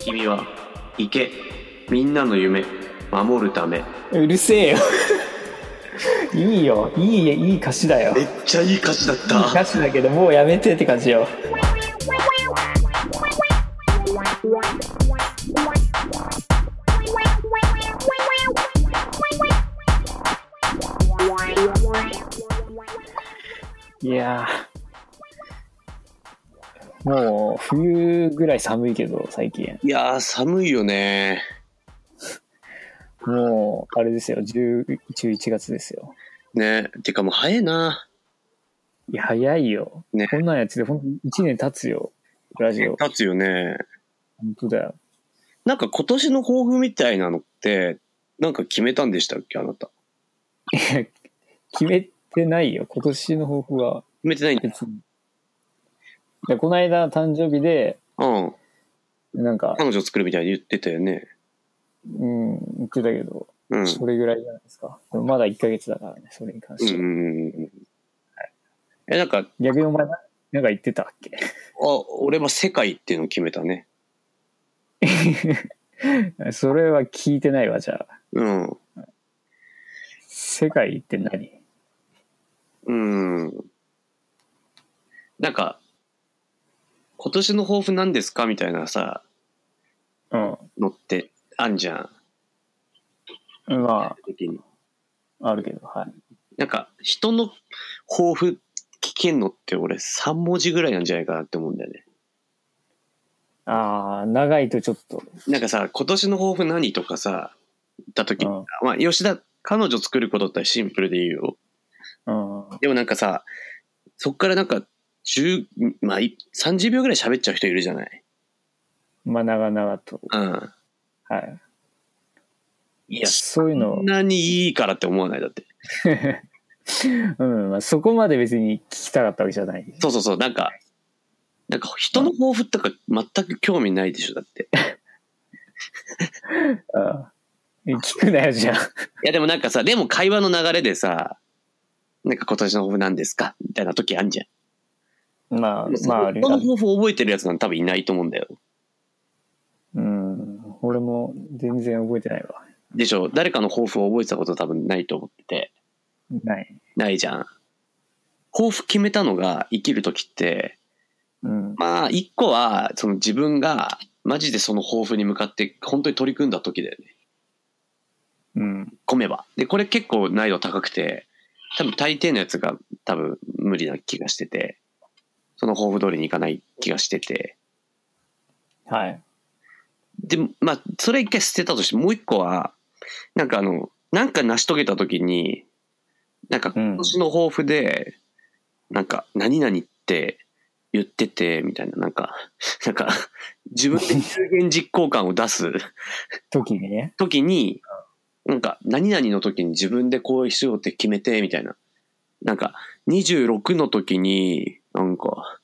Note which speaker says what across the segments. Speaker 1: 君は行けみんなの夢守るため
Speaker 2: うるせえよ いいよいいいい歌詞だよ
Speaker 1: めっちゃいい歌詞だった
Speaker 2: 歌詞だけどもうやめてって感じよいやーもう冬ぐらい寒いけど最近
Speaker 1: いやー寒いよね
Speaker 2: もうあれですよ10 11月ですよ
Speaker 1: ねてかもう早いない
Speaker 2: や早いよ、
Speaker 1: ね
Speaker 2: こんなんやつでほんと1年経つよラジオ
Speaker 1: 経つよね
Speaker 2: 本当だよ
Speaker 1: なんか今年の抱負みたいなのってなんか決めたんでしたっけあなた
Speaker 2: 決めてないよ今年の抱負は
Speaker 1: 決めてないんだ
Speaker 2: 別にでこの間誕生日で
Speaker 1: うん
Speaker 2: なんか、
Speaker 1: 彼女作るみたいに言ってたよね
Speaker 2: うん、言ってたけど、
Speaker 1: うんうん
Speaker 2: それぐらいじゃないですか。でもまだ1ヶ月だからね、それに関
Speaker 1: う
Speaker 2: しては。
Speaker 1: んうんえなんかあ
Speaker 2: 逆にお前な、なんか言ってたっけ
Speaker 1: 俺は世界っていうのを決めたね
Speaker 2: それは聞いてないわ、じゃあ。
Speaker 1: うん
Speaker 2: 世界って何
Speaker 1: うんなんか今年の抱負何ですかみたいなさのってあんじゃん
Speaker 2: うん。ま
Speaker 1: 時に
Speaker 2: あ、あるけど、はい。
Speaker 1: なんか人の抱負聞けんのって俺3文字ぐらいなんじゃないかなって思うんだよね
Speaker 2: ああ、長いとちょっと。
Speaker 1: なんかさ今年の抱負何とかさ言った時
Speaker 2: う
Speaker 1: に
Speaker 2: ん。
Speaker 1: まあ吉田彼女作ることってシンプルでいいよ
Speaker 2: うん。
Speaker 1: でもなんかさそっからなんか10まあい30秒ぐらい喋っちゃう人いるじゃない
Speaker 2: まあ、長々と。
Speaker 1: うん
Speaker 2: はい。
Speaker 1: いやそ
Speaker 2: そういうの
Speaker 1: ん、なにいいからって思わないだって
Speaker 2: うん、まあ、そこまで別に聞きたかったわけじゃない。
Speaker 1: そうそうそう、なんか、なんか人の抱負とか全く興味ないでしょ、だって。
Speaker 2: うん。聞くなよ、じゃあ。
Speaker 1: いやでもなんかさ、でも会話の流れでさ、なんか今年の抱負なんですかみたいな時あんじゃん。
Speaker 2: まあ、まあ、あれ
Speaker 1: 人の抱負覚えてるやつなんて多分いないと思うんだよ。
Speaker 2: うん。俺も全然覚えてないわ。
Speaker 1: でしょ誰かの抱負を覚えてたこと多分ないと思ってて。
Speaker 2: ない。
Speaker 1: ないじゃん。抱負決めたのが生きる時って、
Speaker 2: うん。
Speaker 1: まあ一個は、その自分が、マジでその抱負に向かって本当に取り組んだ時だよね。
Speaker 2: うん。
Speaker 1: 込めば。で、これ結構難易度高くて、多分大抵のやつが多分無理な気がしてて、その抱負通りにいかない気がしてて。
Speaker 2: はい。
Speaker 1: で、まあ、それ一回捨てたとして、もう一個は、なんかあの、なんか成し遂げた時に、なんか
Speaker 2: うん
Speaker 1: 今年の抱負で、なんか、何々って言ってて、みたいな、なんか、なんか、自分で有言実行感を出す
Speaker 2: 時にね。
Speaker 1: 時に、なんか、何々の時に自分でこうしようって決めて、みたいな。なんか、26の時に、なんか、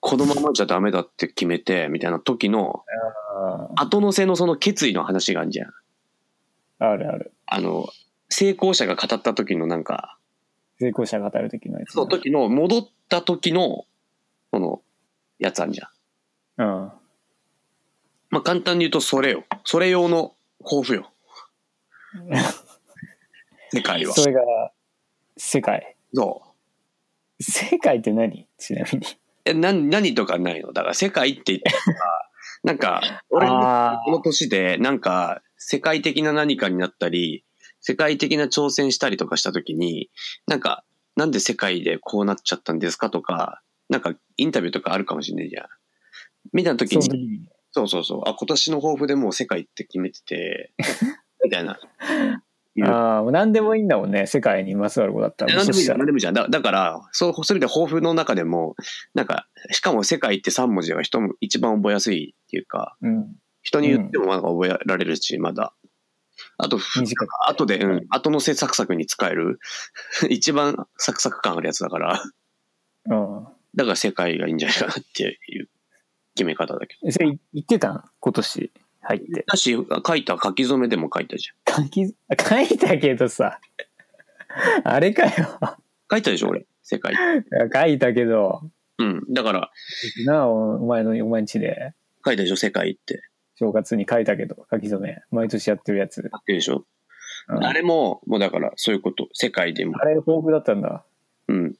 Speaker 1: このままじゃダメだって決めて、みたいな時の、
Speaker 2: あ
Speaker 1: 後乗せのその決意の話があるじゃん。
Speaker 2: あるある。
Speaker 1: あの、成功者が語った時のなんか、
Speaker 2: 成功者が語る時のやつ。
Speaker 1: その時の、戻った時の、その、やつあるじゃん。
Speaker 2: うん。
Speaker 1: まあ、簡単に言うとそれよ。それ用の抱負 よ。世界は。
Speaker 2: それが、世界。
Speaker 1: そう。
Speaker 2: 世界って何ちなみに。
Speaker 1: え、な、何とかないのだから世界って言ってさ、 なんか、俺も
Speaker 2: あ
Speaker 1: この年で、なんか、世界的な何かになったり、世界的な挑戦したりとかした時に、なんか、なんで世界でこうなっちゃったんですかとか、なんか、インタビューとかあるかもしれないじゃん。みたいな時
Speaker 2: その
Speaker 1: に、
Speaker 2: 時に。
Speaker 1: そうそうそう、あ、今年の抱負でもう世界って決めて て、みたいな。
Speaker 2: ああ、もう何でもいいんだもんね。世界にまつわる子だったら。
Speaker 1: 何でもいいじ
Speaker 2: そ
Speaker 1: ゃん、
Speaker 2: したら
Speaker 1: 何でもいいじゃん。だだから、そう、そういう意味で抱負の中でも、なんか、しかも世界って3文字が人も一番覚えやすいっていうか、
Speaker 2: うん。
Speaker 1: 人に言ってもまだ覚えられるし、まだ。あと、ふ
Speaker 2: 短く。
Speaker 1: 後で、う
Speaker 2: は
Speaker 1: ん、後のせサクサクに使える。 一番サクサク感あるやつだから、
Speaker 2: うん。
Speaker 1: だから世界がいいんじゃないかなっていう決め方だけ
Speaker 2: えそれ言ってたん今年入って
Speaker 1: ど。。だし、書いた、書き初めでも書いたじゃん。
Speaker 2: 書き、書いたけどさ。あれかよ。
Speaker 1: 書いたでしょ、俺。世界。
Speaker 2: 書いたけど。
Speaker 1: うん。だから、
Speaker 2: なあ、おお前の、お前んちで。
Speaker 1: 書いたでしょ世界って。
Speaker 2: 正月に書いたけど、書き初め。毎年やってるやつ。
Speaker 1: あってるでしょ、
Speaker 2: うん
Speaker 1: あれも、もうだからそういうこと。世界でも。
Speaker 2: あれ、豊富だったんだ。
Speaker 1: うん。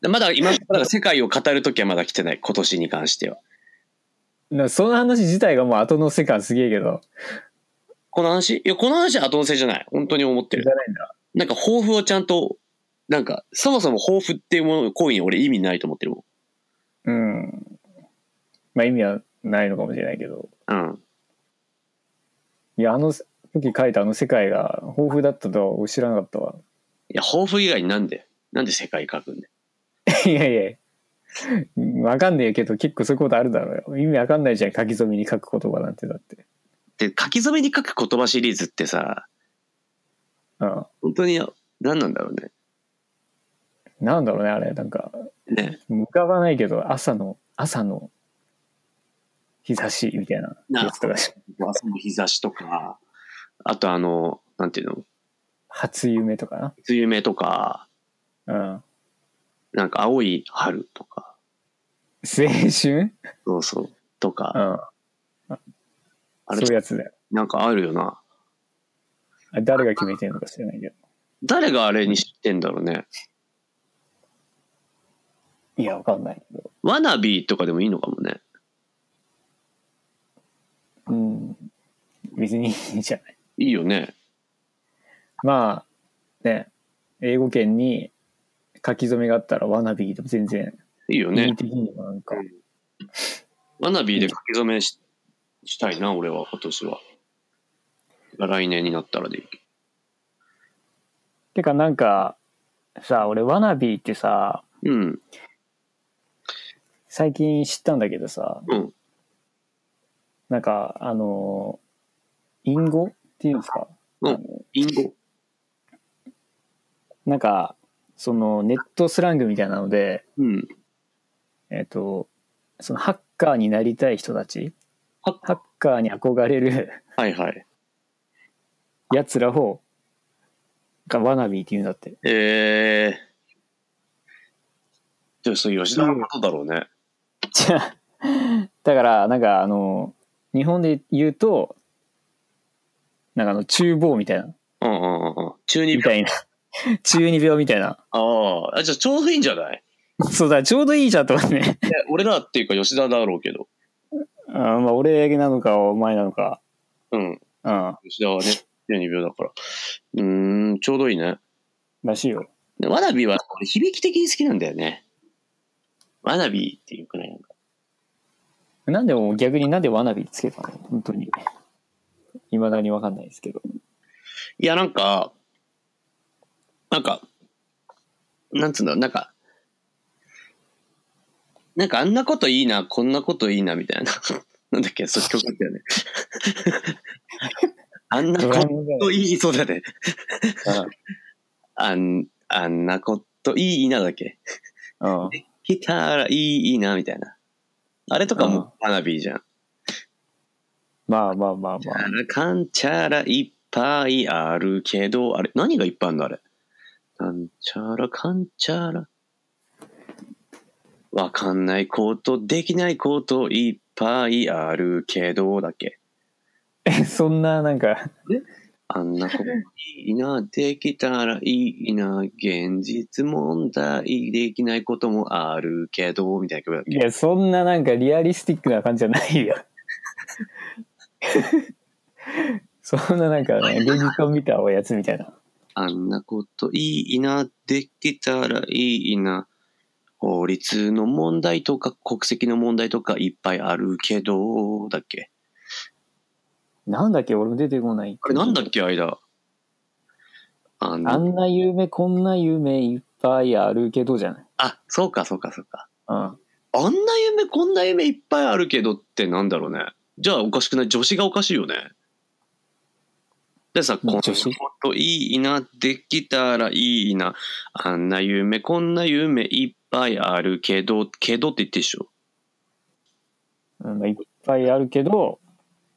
Speaker 1: でまだ今、まだ世界を語るときはまだ来てない。今年に関しては。
Speaker 2: なその話自体がもう後の世界すげえけど。
Speaker 1: この話いや、この話は後乗せじゃない。本当に思って
Speaker 2: じゃ
Speaker 1: る。
Speaker 2: ないんだ。
Speaker 1: なんか抱負をちゃんと、なんか、そもそも抱負っていうものの行為に俺意味ないと思ってるもん。
Speaker 2: うん。まあ意味はないのかもしれないけど。
Speaker 1: うん。
Speaker 2: いや、あの時書いたあの世界が豊富だったとは知らなかったわ。
Speaker 1: いや、抱負以外になんでなんで世界書くんだよ。
Speaker 2: いやいや。わかんねえけど結構そういうことあるだろうよ。意味わかんないじゃん。書き初めに書く言葉なんてだって。
Speaker 1: で、書き初めに書く言葉シリーズってさ、
Speaker 2: うん。
Speaker 1: 本当に何なんだろうね。
Speaker 2: なんだろうね、あれ。なんか、
Speaker 1: ね。
Speaker 2: 浮かばないけど、朝の、朝の日差しみたいなやつとか、
Speaker 1: 朝の日差しとか、あとあの、なんていうの、
Speaker 2: 初夢とか
Speaker 1: 梅雨目とか、
Speaker 2: な。
Speaker 1: なんか青い春とか、
Speaker 2: うん。青春
Speaker 1: そうそう、とか、
Speaker 2: うん。
Speaker 1: あ
Speaker 2: そう
Speaker 1: れ
Speaker 2: いう、やつだよ。
Speaker 1: なんかあるよな。
Speaker 2: あれ誰が決めてるのか知らないけど。
Speaker 1: 誰があれに知ってんだろうね。
Speaker 2: いや、わかんないけど。
Speaker 1: ワナビーとかでもいいのかもね。
Speaker 2: うん。別にいいんじゃない。
Speaker 1: いいよね。
Speaker 2: まあ、ね、英語圏に書き初めがあったら、ワナビーでも全然、
Speaker 1: いいよ
Speaker 2: 意味
Speaker 1: ね。
Speaker 2: 的にもなんか、
Speaker 1: ワナビーで書き初めししたいな、俺は、今年は。来年になったらでいいけ
Speaker 2: てかなんか、さ、俺、ワナビーってさ、
Speaker 1: ど。うん。
Speaker 2: 最近知ったんだけどさ、
Speaker 1: うん。
Speaker 2: なんか、あの、隠語っていうんですか
Speaker 1: インゴ。
Speaker 2: なんか、そのネットスラングみたいなので、
Speaker 1: うん。
Speaker 2: えっ、と、そのハッカーになりたい人たち、
Speaker 1: ハッ
Speaker 2: ハッカーに憧れる
Speaker 1: はいはい。
Speaker 2: 奴らを、がワナビーって言うんだって。
Speaker 1: えー。でも、そう、吉田のことだろうね。
Speaker 2: じゃあだから、なんかあの、日本で言うと、なんかあの、厨房みたいな、
Speaker 1: うんうんうんうん。中二
Speaker 2: み
Speaker 1: 病。
Speaker 2: たいな、中二病みたいな。
Speaker 1: ああ。あじゃあ、ちょうどいいんじゃない
Speaker 2: そうだ、ちょうどいいじゃんとかね。
Speaker 1: いや俺らっていうか、吉田だろうけど。
Speaker 2: あーまあ、俺なのか、お前なのか。
Speaker 1: うん。
Speaker 2: うん、
Speaker 1: 吉田は ね、中二病だから。うーん、ちょうどいいね。
Speaker 2: らしいよ。
Speaker 1: でワナビーは俺響き的に好きなんだよね。ワナビーっていうくらいなんか。
Speaker 2: なんでも逆になんでワナビーつけたの本当に。いまだにわかんないですけど。
Speaker 1: いや、なんか、なんか、なんつうんだろう、なんか、なんかあんなこといいな、こんなこといいな、みたいな。 なんだっけ、そっち曲だよね。 あんな
Speaker 2: ド
Speaker 1: こ
Speaker 2: ラえもんじゃ
Speaker 1: といい、そうだね。
Speaker 2: ない
Speaker 1: あん、あんなこといいなだっけ。
Speaker 2: うん。
Speaker 1: 来たらいい、いいな、みたいな。あれとか
Speaker 2: うん
Speaker 1: もワナビーじゃん。
Speaker 2: まあまあまあま
Speaker 1: あらかんちゃらいっぱいあるけど、あれ、何がいっぱいあるのあれ。なんちゃらかんちゃら。わかんないこと、できないこといっぱいあるけど、だっけ。
Speaker 2: あ。 そんな、なんか、
Speaker 1: あんなこといいな、できたらいいな、現実問題、できないこともあるけど、みたいな曲だっ
Speaker 2: い
Speaker 1: け。
Speaker 2: や、そんななんかリアリスティックな感じじゃないよ。 そんななんかね、現実を見たおやつみたいな。
Speaker 1: あんなこといいな、できたらいいな。法律の問題とか国籍の問題とかいっぱいあるけど、だっけ。
Speaker 2: なんだっけ俺も出てこない。
Speaker 1: あれなんだっけ、間。あ
Speaker 2: あ
Speaker 1: の、
Speaker 2: んな夢、こんな夢いっぱいあるけどじゃない。
Speaker 1: あ、そうか、そうか、そうか。
Speaker 2: うん。
Speaker 1: あんな夢、こんな夢いっぱいあるけどってなんだろうね。じゃあおかしくない女子がおかしいよね。でさ、こんな
Speaker 2: 女子
Speaker 1: こといいな、できたらいいな。あんな夢、こんな夢いっぱいあるけど、けどって言ってるでしょ。
Speaker 2: うんまあいっぱいあるけど、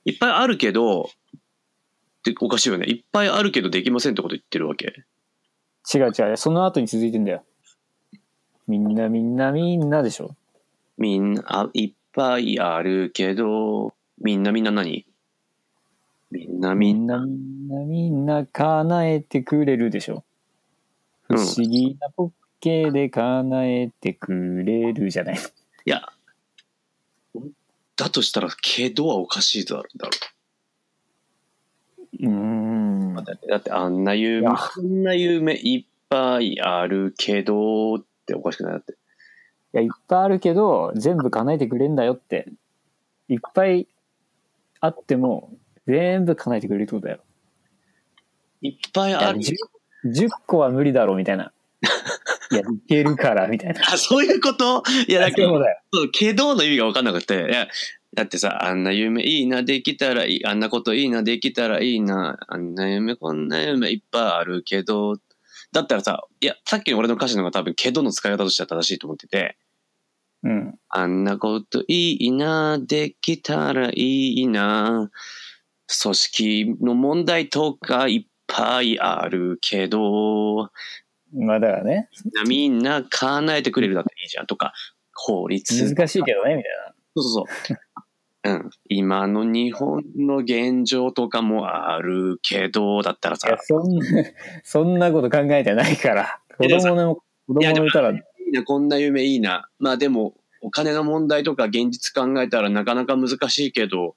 Speaker 1: いっぱいあるけど、っておかしいよね。いっぱいあるけどできませんってこと言ってるわけ。
Speaker 2: 違う違う。その後に続いてんだよ。みんなみんなみんなでしょ。
Speaker 1: みんな、あいっぱいあるけど、みんなみんな何みんなみ
Speaker 2: み
Speaker 1: ん
Speaker 2: んな、
Speaker 1: な。
Speaker 2: みんな、みんな叶えてくれるでしょ。
Speaker 1: うん
Speaker 2: 不思議なポッケで叶えてくれるじゃない。
Speaker 1: いや、だとしたら、けどはおかしいだろだろ
Speaker 2: うーん。
Speaker 1: だって、だってあんな有
Speaker 2: いや
Speaker 1: 名、あんな有名いっぱいあるけどっておかしくないだって。
Speaker 2: いや、いっぱいあるけど、全部叶えてくれんだよって。いっぱいあっても、全部叶えてくれるってことだよ。
Speaker 1: いっぱい
Speaker 2: いや
Speaker 1: ある。
Speaker 2: 10, 10個は無理だろ、みたい な。いや、いけるから、みたいな。
Speaker 1: あ、そういうこといや、だけど
Speaker 2: そうだよ。
Speaker 1: そう、けどの意味が分かんなくて。いや、だってさ、あんな夢いいな、できたらいい、あんなこといいな、できたらいいな、あんな夢、こんな夢いっぱいあるけど、だったらさ、いや、さっきの俺の歌詞の方が多分、けどの使い方としては正しいと思ってて、
Speaker 2: うん。
Speaker 1: あんなこといいな、できたらいいな、組織の問題とかいっぱいあるけど、
Speaker 2: まあ、だからね、
Speaker 1: みんな叶えてくれるだっていいじゃんとか、法律
Speaker 2: 難しいけどね、みたいな。
Speaker 1: そうそう そう。うん、今の日本の現状とかもあるけどだったら
Speaker 2: いや
Speaker 1: さ、
Speaker 2: そんな、 そんなこと考えてないから。子
Speaker 1: いや
Speaker 2: 供の、子供
Speaker 1: いやで
Speaker 2: の
Speaker 1: も
Speaker 2: いたら、
Speaker 1: いいなこんな夢いいなまあでもお金の問題とか現実考えたらなかなか難しいけど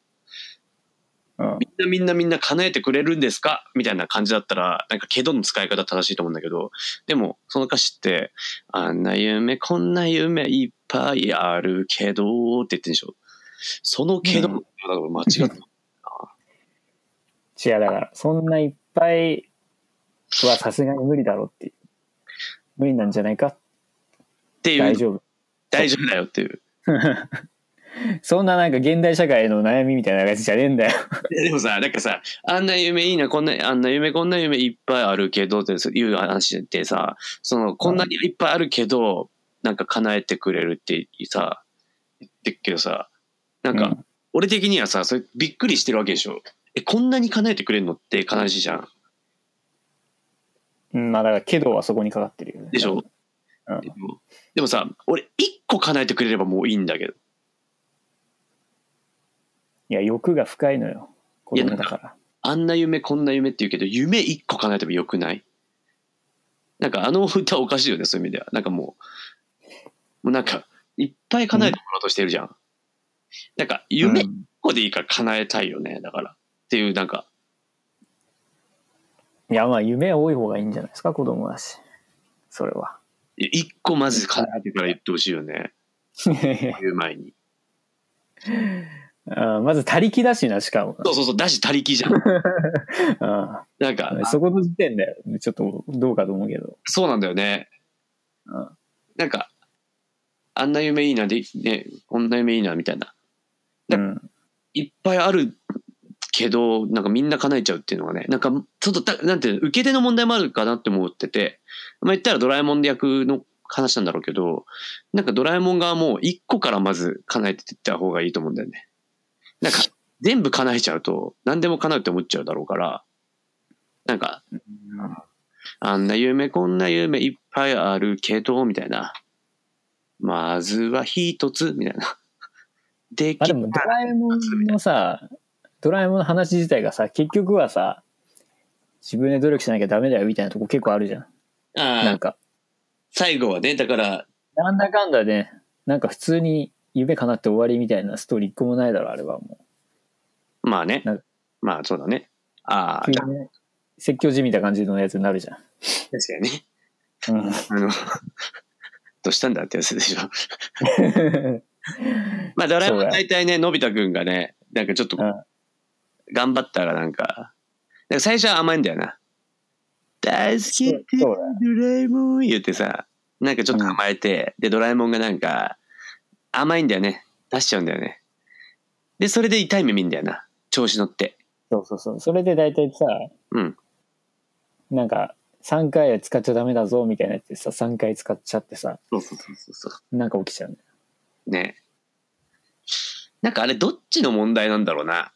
Speaker 2: うん
Speaker 1: みんなみんなみんな叶えてくれるんですかみたいな感じだったらなんかけどの使い方正しいと思うんだけどでもその歌詞ってあんな夢こんな夢いっぱいあるけどって言ってんでしょそのけど
Speaker 2: うん
Speaker 1: だから間違って
Speaker 2: 違う、だから、そんないっぱいはさすがに無理だろうっていう。無理なんじゃないか
Speaker 1: っていう
Speaker 2: 大丈夫。
Speaker 1: 大丈夫だよっていう
Speaker 2: そんななんか現代社会の悩みみたいなやつじゃねえんだよ。
Speaker 1: いやでもさ、なんかさ、あんな夢いいな、こんな、あんな夢、こんな夢いっぱいあるけどっていう話ってさ、その、こんなにいっぱいあるけど、なんか叶えてくれるってさ、言ってっけどさ、なん
Speaker 2: う
Speaker 1: か、俺的にはさ、それびっくりしてるわけでしょ。え、こんなに叶えてくれるのって悲しいじゃん。
Speaker 2: うん、まあだから、けどはそこにかかってるよね。
Speaker 1: でしょ
Speaker 2: うん
Speaker 1: でもでもさ、俺、一個叶えてくれればもういいんだけど。
Speaker 2: いや、欲が深いのよ。子供だから。
Speaker 1: あんな夢、こんな夢って言うけど、夢一個叶えてもよくないなんかあの歌おかしいよね、そういう意味では。なんかもう、もうなんか、いっぱい叶えてもらおうとしてるじゃん。なんか、夢
Speaker 2: う
Speaker 1: 一
Speaker 2: ん
Speaker 1: 個でいいから叶えたいよね、だから。っていう、なんか、
Speaker 2: いや、まあ、夢は多い方がいいんじゃないですか、子供だし。それは。
Speaker 1: い一個まず叶えてから言ってほしいよね、言う前に。
Speaker 2: うんまず、他力だしな、しかも。
Speaker 1: そうそうそう、だし、他力じゃん。
Speaker 2: うん
Speaker 1: なんか、
Speaker 2: そこの時点で、ちょっとどうかと思うけど。
Speaker 1: そうなんだよね。
Speaker 2: うん
Speaker 1: なんか、あんな夢いいな、で、ね、こんな夢いいな、みたいな。だ
Speaker 2: うん。
Speaker 1: いっぱいあるけど、なんかみんな叶えちゃうっていうのがね、なんか、ちょっとだ、なんていうの、受け手の問題もあるかなって思ってて、まあ言ったらドラえもん役の話なんだろうけど、なんかドラえもん側も一個からまず叶えていった方がいいと思うんだよね。なんか、全部叶えちゃうと、何でも叶うって思っちゃうだろうから、なんか、あんな夢こんな夢いっぱいあるけど、みたいな。まずは一つ、みたいな。でき
Speaker 2: まあ
Speaker 1: た
Speaker 2: でも、ドラえもんのさ、ドラえもんの話自体がさ、結局はさ、自分で努力しなきゃダメだよみたいなとこ結構あるじゃん。
Speaker 1: あー
Speaker 2: なんか、
Speaker 1: 最後はね、だから、
Speaker 2: なんだかんだね、なんか普通に夢叶って終わりみたいなストーリー一個もないだろ、あれはも
Speaker 1: まあね
Speaker 2: なんか。
Speaker 1: まあそうだね。ああ、確
Speaker 2: う。急
Speaker 1: か
Speaker 2: にね、説教じみた感じのやつになるじゃ
Speaker 1: にね。
Speaker 2: ん。
Speaker 1: あの、ど うしたんだってやつでしょ。
Speaker 2: うん。
Speaker 1: まあドラえも
Speaker 2: そ
Speaker 1: ん
Speaker 2: うだ
Speaker 1: 大体ね、のび太くんがね、なんかちょっと
Speaker 2: うん、
Speaker 1: 頑張ったらなんか、なんか最初は甘いんだよな。大好きって
Speaker 2: そ
Speaker 1: ド
Speaker 2: うだよ
Speaker 1: ラえもん言ってさ、なんかちょっと甘えて、で、ドラえもんがなんか、甘いんだよね。出しちゃうんだよね。で、それで痛い目見んだよな。調子乗って。
Speaker 2: そうそうそう。それで大体さ、
Speaker 1: うん。
Speaker 2: なんか、3回は使っちゃダメだぞみたいなやつでさ、3回使っちゃってさ、
Speaker 1: そうそうそうそうそう。
Speaker 2: なんか起きちゃうね。
Speaker 1: ね。なんかあれ、どっちの問題なんだろうな。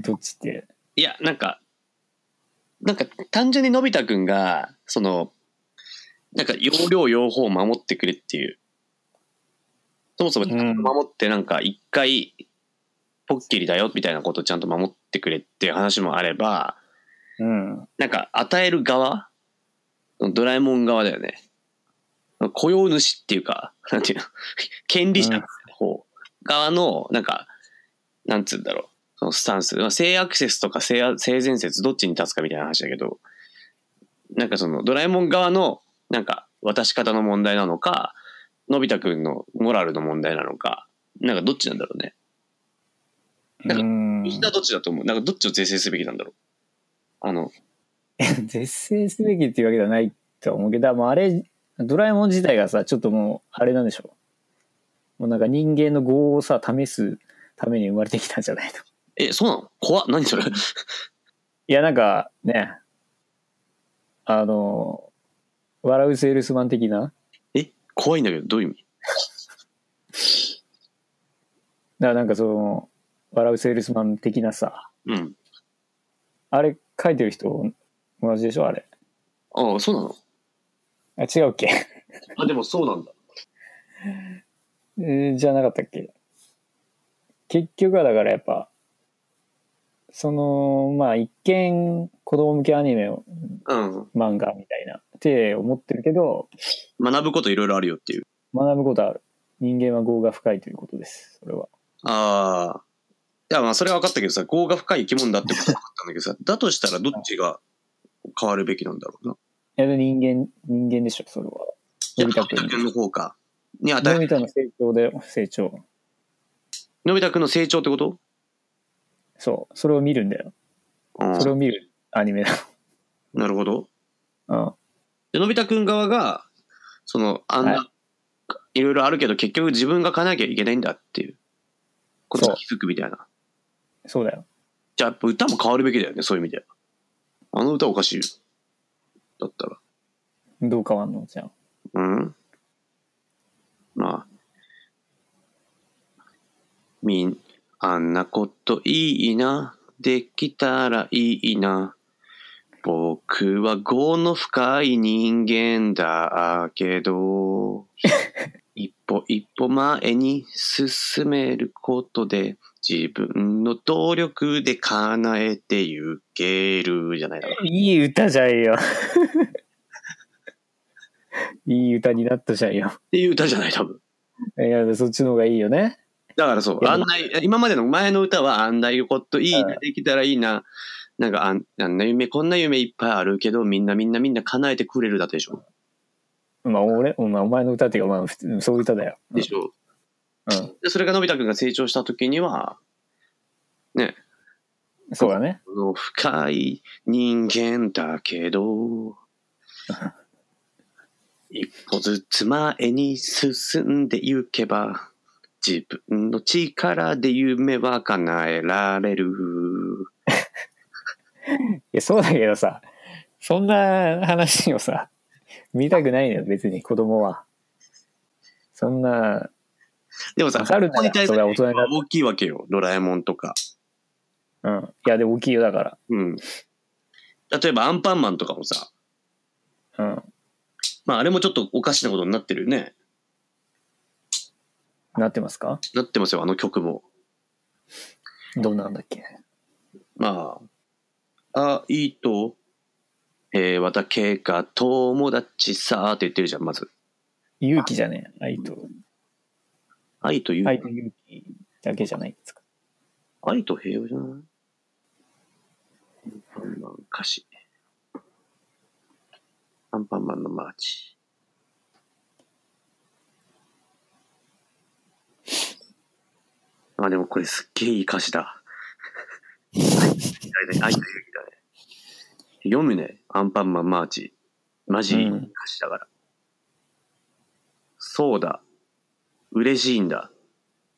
Speaker 2: どっちって。
Speaker 1: いや、なんか、なんか単純にのび太くんが、その、なんか、要領用法を守ってくれっていう、そもそも
Speaker 2: うん
Speaker 1: 守ってなんか一回ポッキリだよみたいなことをちゃんと守ってくれっていう話もあれば
Speaker 2: うん。
Speaker 1: なんか与える側ドラえもん側だよね雇用主っていうか なんていうの権利者の方側のなんかなんつうんだろうそのスタンスまあ性アクセスとか性あ性善説どっちに立つかみたいな話だけどなんかそのドラえもん側のなんか渡し方の問題なのかのび太くんのモラルの問題なのかなんかどっちなんだろうねなんか
Speaker 2: うん
Speaker 1: みんなどっちだと思うなんかどっちを是正すべきなんだろうあの
Speaker 2: 絶世すべきっていうわけではないと思うけど、まあ、あれ、ドラえもん自体がさ、ちょっともう、あれなんでしょう。もうなんか人間の業をさ、試すために生まれてきたんじゃないと。
Speaker 1: えそうなの怖っ何それ
Speaker 2: いや、なんかね、あの、笑うセールスマン的な、
Speaker 1: え怖いんだけどどういう意味
Speaker 2: だからなんかその、笑うセールスマン的なさ、
Speaker 1: うん
Speaker 2: あれ書いてる人同じでしょあれ。
Speaker 1: ああそうなの
Speaker 2: あ、違うっけ
Speaker 1: あでもそうなんだ
Speaker 2: えーじゃなかったっけ結局はだからやっぱ、その、まあ一見子供向けアニメを、
Speaker 1: うん
Speaker 2: 漫画みたいなって思ってるけど、
Speaker 1: 学ぶこといろいろあるよっていう
Speaker 2: 学ぶことある。人間は業が深いということです。それは。
Speaker 1: ああいやまあそれは分かったけどさ業が深い生き物だってことは分かったんだけど さだとしたらどっちが変わるべきなんだろうない
Speaker 2: や、でも人間、人間でしょ、それは。
Speaker 1: じゃあ
Speaker 2: のび
Speaker 1: の
Speaker 2: 太
Speaker 1: び
Speaker 2: くん
Speaker 1: 太くんの方かに
Speaker 2: の
Speaker 1: 与え
Speaker 2: び太の成長で成長。
Speaker 1: のび太くんの成長ってこと
Speaker 2: そう。それを見るんだよ。
Speaker 1: うん
Speaker 2: それを見るアニメだ。
Speaker 1: なるほど
Speaker 2: うん。
Speaker 1: でのび太くん側がそのあんな、、
Speaker 2: はい
Speaker 1: ろいろあるけど結局自分が変えなきゃいけないんだっていうことに気づくみたいな
Speaker 2: そうだよ。
Speaker 1: じゃあやっぱ歌も変わるべきだよねそういう意味であの歌おかしいよだったら
Speaker 2: どう変わんのじゃん。
Speaker 1: うんまあみんあんなこといいなできたらいいな僕は業の深い人間だけど一歩一歩前に進めることで自分の努力で叶えてゆけるじゃないだろ
Speaker 2: いい歌じゃん よ。いい歌になったじゃんよ。
Speaker 1: っていう歌じゃない多分
Speaker 2: いや、そっちの方がいいよね。
Speaker 1: だからそう、
Speaker 2: いや
Speaker 1: あんな、今までの前の歌は、あんなこといいな
Speaker 2: う、
Speaker 1: できたらいいな、なんかあん、あんな夢、こんな夢いっぱいあるけど、みんなみんなみんな叶えてくれるだったでしょ。
Speaker 2: まあ、俺、お前お前の歌っていうか、まあ、普通そういう歌だよ。
Speaker 1: でしょ。
Speaker 2: うん。
Speaker 1: でそれがのび太くんが成長した時には、
Speaker 2: そうだね。
Speaker 1: この深い人間だけど、一歩ずつ前に進んでいけば、自分の力で夢は叶えられる。
Speaker 2: いや、そうだけどさ、そんな話をさ、見たくないのよ、別に子供は。そんな、
Speaker 1: でもさ、
Speaker 2: わかる
Speaker 1: こ
Speaker 2: なら
Speaker 1: こに対す
Speaker 2: それ
Speaker 1: る
Speaker 2: は大人になる
Speaker 1: 大きいわけよ。ドラえもんとか。
Speaker 2: うん。いや、でも大きいよ、だか
Speaker 1: うん。例えばアンパンマンとかもさ、
Speaker 2: ら。うん。
Speaker 1: まああれもちょっとおかしなことになってるよね。
Speaker 2: なってますか
Speaker 1: なってますよ、あの曲も。
Speaker 2: どうなんだっけ
Speaker 1: まあ、愛と平和だけが友達さって言ってるじゃん、まず。
Speaker 2: 勇気じゃねえ。愛と。
Speaker 1: 愛という、
Speaker 2: 愛と勇気だけじゃないですか。
Speaker 1: 愛と平和じゃないアンパンマン歌詞。アンパンマンのマーチ。あ、でもこれすっげえいい歌詞だ。愛と勇気だね。読むね、アンパンマンマーチ。マジいい歌詞だから。そうだ。嬉しいんだ。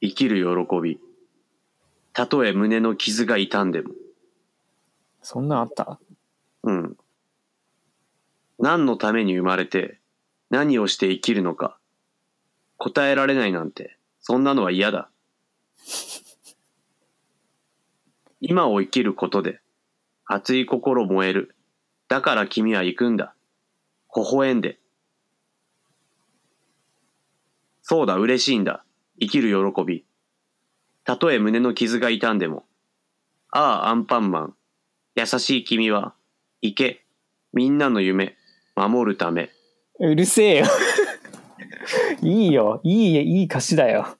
Speaker 1: 生きる喜び。たとえ胸の傷が痛んでも。
Speaker 2: そんなんあった
Speaker 1: うん。何のために生まれて、何をして生きるのか。答えられないなんて、そんなのは嫌だ。今を生きることで、熱い心燃える。だから君は行くんだ。微笑んで。そうだ、嬉しいんだ。生きる喜び。たとえ胸の傷が痛んでも。ああ、アンパンマン。優しい君は、行け。みんなの夢、守るため。
Speaker 2: うるせえよ。 いいよ。いい、いい歌詞だよ。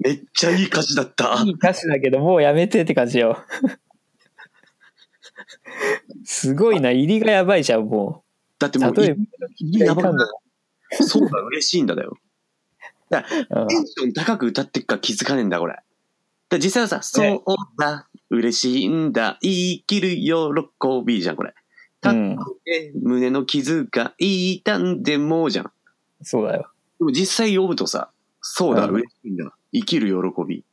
Speaker 1: めっちゃいい歌詞だった
Speaker 2: いい歌詞だけど、もうやめてって感じよ。 すごいな。入りがやばいじゃん、も
Speaker 1: だって
Speaker 2: う。
Speaker 1: もう、
Speaker 2: 例えば、
Speaker 1: いやばくないそうだ、嬉しいんだ だよ。
Speaker 2: うん
Speaker 1: テンション高く歌ってっか気づかねえんだ、これ。で実際はさ、そうだ、嬉しいんだ、生きる喜びじゃん、これ。たとえ胸の傷が痛んでもじゃん。
Speaker 2: そうだよ。
Speaker 1: でも実際読むとさ、そうだ、
Speaker 2: うん
Speaker 1: 嬉しいんだ、生きる喜び。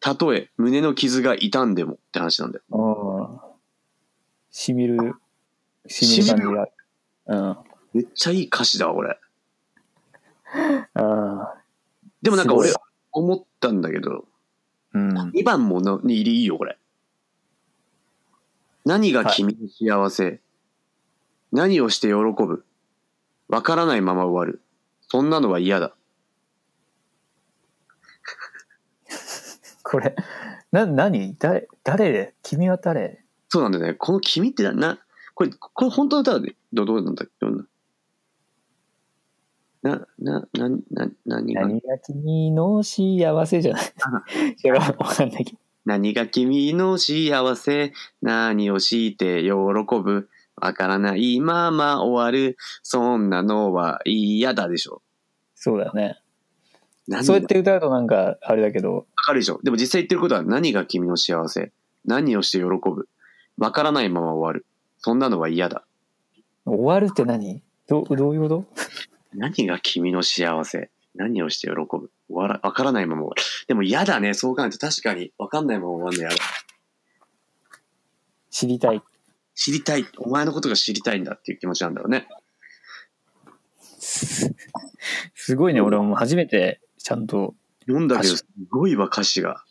Speaker 1: たとえ胸の傷が痛んでもって話なんだよ。
Speaker 2: うん。しみる、しみる感じが。うん。
Speaker 1: めっちゃいい歌詞だわ、これ。
Speaker 2: ああ。
Speaker 1: でもなんか俺
Speaker 2: すごい、
Speaker 1: 思ったんだけど、
Speaker 2: うん。
Speaker 1: 2番ものにいいよ、これ。何が君の幸せ、何をして喜ぶわからないまま終わる。そんなのは嫌だ。
Speaker 2: これ、な、何誰、誰君は誰
Speaker 1: そうなんだよね。この君ってな、なこれ、これ本当の歌だね。ど、どうなんだっけどんな。な、な、な、な、何が、
Speaker 2: 何が君の幸せ じゃない違う、わかんないけど。
Speaker 1: 何が君の幸せ何をして喜ぶわからないまま終わる。そんなのは嫌だでしょ。
Speaker 2: そうだよね。
Speaker 1: 何が
Speaker 2: そうやって歌うとなんか、あれだけど、
Speaker 1: わかるでしょ。でも実際言ってることは何が君の幸せ何をして喜ぶわからないまま終わる。そんなのは嫌だ。
Speaker 2: 終わるって何どどういうこと
Speaker 1: 何が君の幸せ何をして喜ぶ終わらわからないまま終わる。でも嫌だね。そう考えると確かにわかんないまま終わるの嫌だ。
Speaker 2: 知り たい。
Speaker 1: 知りたい。お前のことが知りたいんだっていう気持ちなんだろうね。
Speaker 2: すすごいね、俺はもう初めてちゃんと、
Speaker 1: 読んだけどすごいわ歌詞が。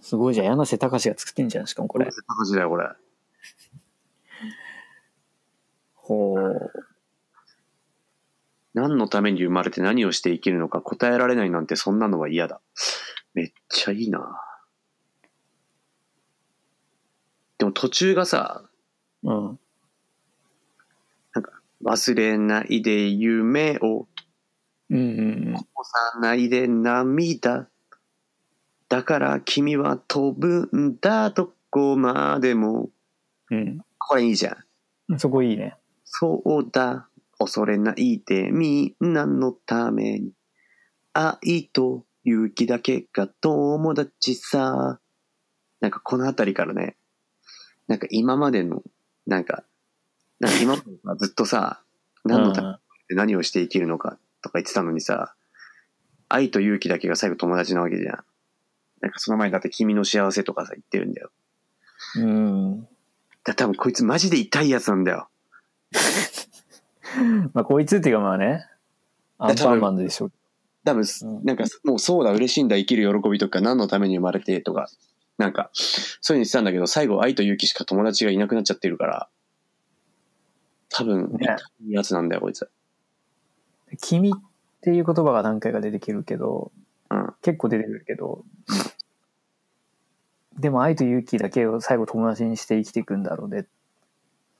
Speaker 2: すごいじゃん、柳瀬隆が作ってんじゃん、しかもこ
Speaker 1: これ
Speaker 2: れ。
Speaker 1: 高橋だよこれ。
Speaker 2: ほう。
Speaker 1: 何のために生まれて何をして生きるのか答えられないなんてそんなのは嫌だ。めっちゃいいなでも途中がさ、
Speaker 2: うん。
Speaker 1: 忘れないで夢を、
Speaker 2: うんうん
Speaker 1: 起こさないで涙。だから君は飛ぶんだどこまでも。
Speaker 2: うん。
Speaker 1: これいいじゃん。
Speaker 2: うん。そこいいね。
Speaker 1: そうだ、恐れないでみんなのために。愛と勇気だけが友達さ。なんかこの辺りからね、なんか今までの、なんか、なんか今までさずっとさ、何のために何をして生きるのかとか言ってたのにさ、愛と勇気だけが最後友達なわけじゃん。なんかその前にだって君の幸せとかさ言ってるんだよ。
Speaker 2: うん。うん
Speaker 1: だ多分こいつマジで痛いやつなんだよ。
Speaker 2: まあ、こいつっていうかまあね、アンパンマンでしょ。
Speaker 1: 多分、
Speaker 2: うん
Speaker 1: なんかもうそうだ嬉しいんだ生きる喜びとか何のために生まれてとかなんかそういうの言ってたんだけど最後愛と勇気しか友達がいなくなっちゃってるから多分
Speaker 2: ね
Speaker 1: いいやつなんだよこいつ
Speaker 2: 君っていう言葉が何回か出てくるけど、
Speaker 1: うん
Speaker 2: 結構出てくるけど、でも愛と勇気だけを最後友達にして生きていくんだろうね、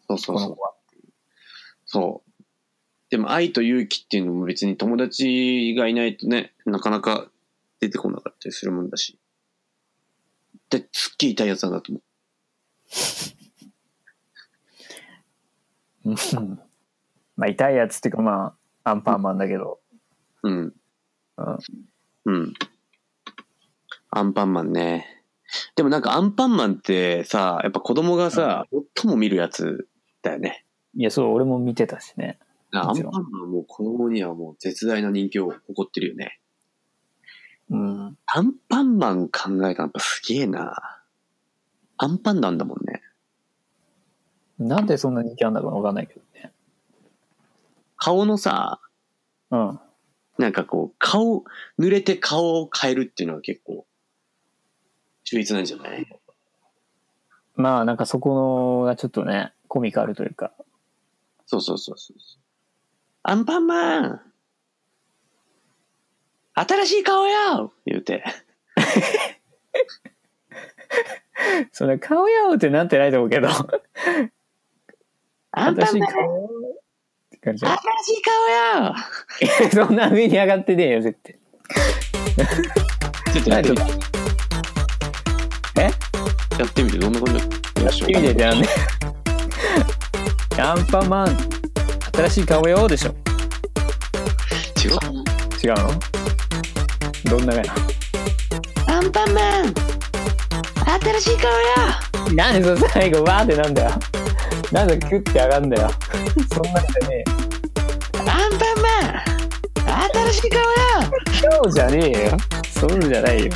Speaker 1: そうそ
Speaker 2: こ
Speaker 1: う
Speaker 2: の
Speaker 1: そう
Speaker 2: 子は。
Speaker 1: そうでも愛と勇気っていうのも別に友達がいないとねなかなか出てこなかったりするもんだしですっげえ痛いやつなんだと思う
Speaker 2: うんまあ痛いやつっていうかまあ、アンパンマンだけど、
Speaker 1: うん
Speaker 2: うん
Speaker 1: うん。アンパンマンね。でもなんかアンパンマンってさ、やっぱ子供がさ、最も見るやつだよね。
Speaker 2: いや、そう、俺も見てたしね。
Speaker 1: ア
Speaker 2: も
Speaker 1: ンパ
Speaker 2: ち
Speaker 1: ン
Speaker 2: ろん
Speaker 1: マンはもう子供にはもう絶大な人気を誇ってるよね。
Speaker 2: うん。
Speaker 1: アンパンマン考えたのやっぱすげえな。アンパンなんだもんね。
Speaker 2: なんでそんな人気あんだかわかんないけどね。
Speaker 1: 顔のさ、
Speaker 2: うん。
Speaker 1: なんかこう、顔、濡れて顔を変えるっていうのは結構、秀逸なんじゃない
Speaker 2: まあ、なんかそこのがちょっとね、コミカルというか、
Speaker 1: そうそうそうそう。アンパンマン新しい顔よ言うて。
Speaker 2: それ顔やおうってなんてないと思うけど。
Speaker 1: アンパンマン
Speaker 2: 私顔やおうって感じ
Speaker 1: 新
Speaker 2: だ。
Speaker 1: しい顔よ
Speaker 2: そんな上に上がってねえよ、絶対。
Speaker 1: ちょっとやってみて。
Speaker 2: え
Speaker 1: やってみて、どんなことやって
Speaker 2: 意味でじゃんね。アンパンマン、新しい顔よでしょ。
Speaker 1: 違う。
Speaker 2: 違うのどんなか
Speaker 1: アンパンマン新しい顔よ
Speaker 2: ななんでその最後、わーってなんだよ。なんでキュッて上がんだよ。そんなんじゃね
Speaker 1: アンパンマン新しい顔よ
Speaker 2: えよ。今日じゃねえよ。そうじゃないよ。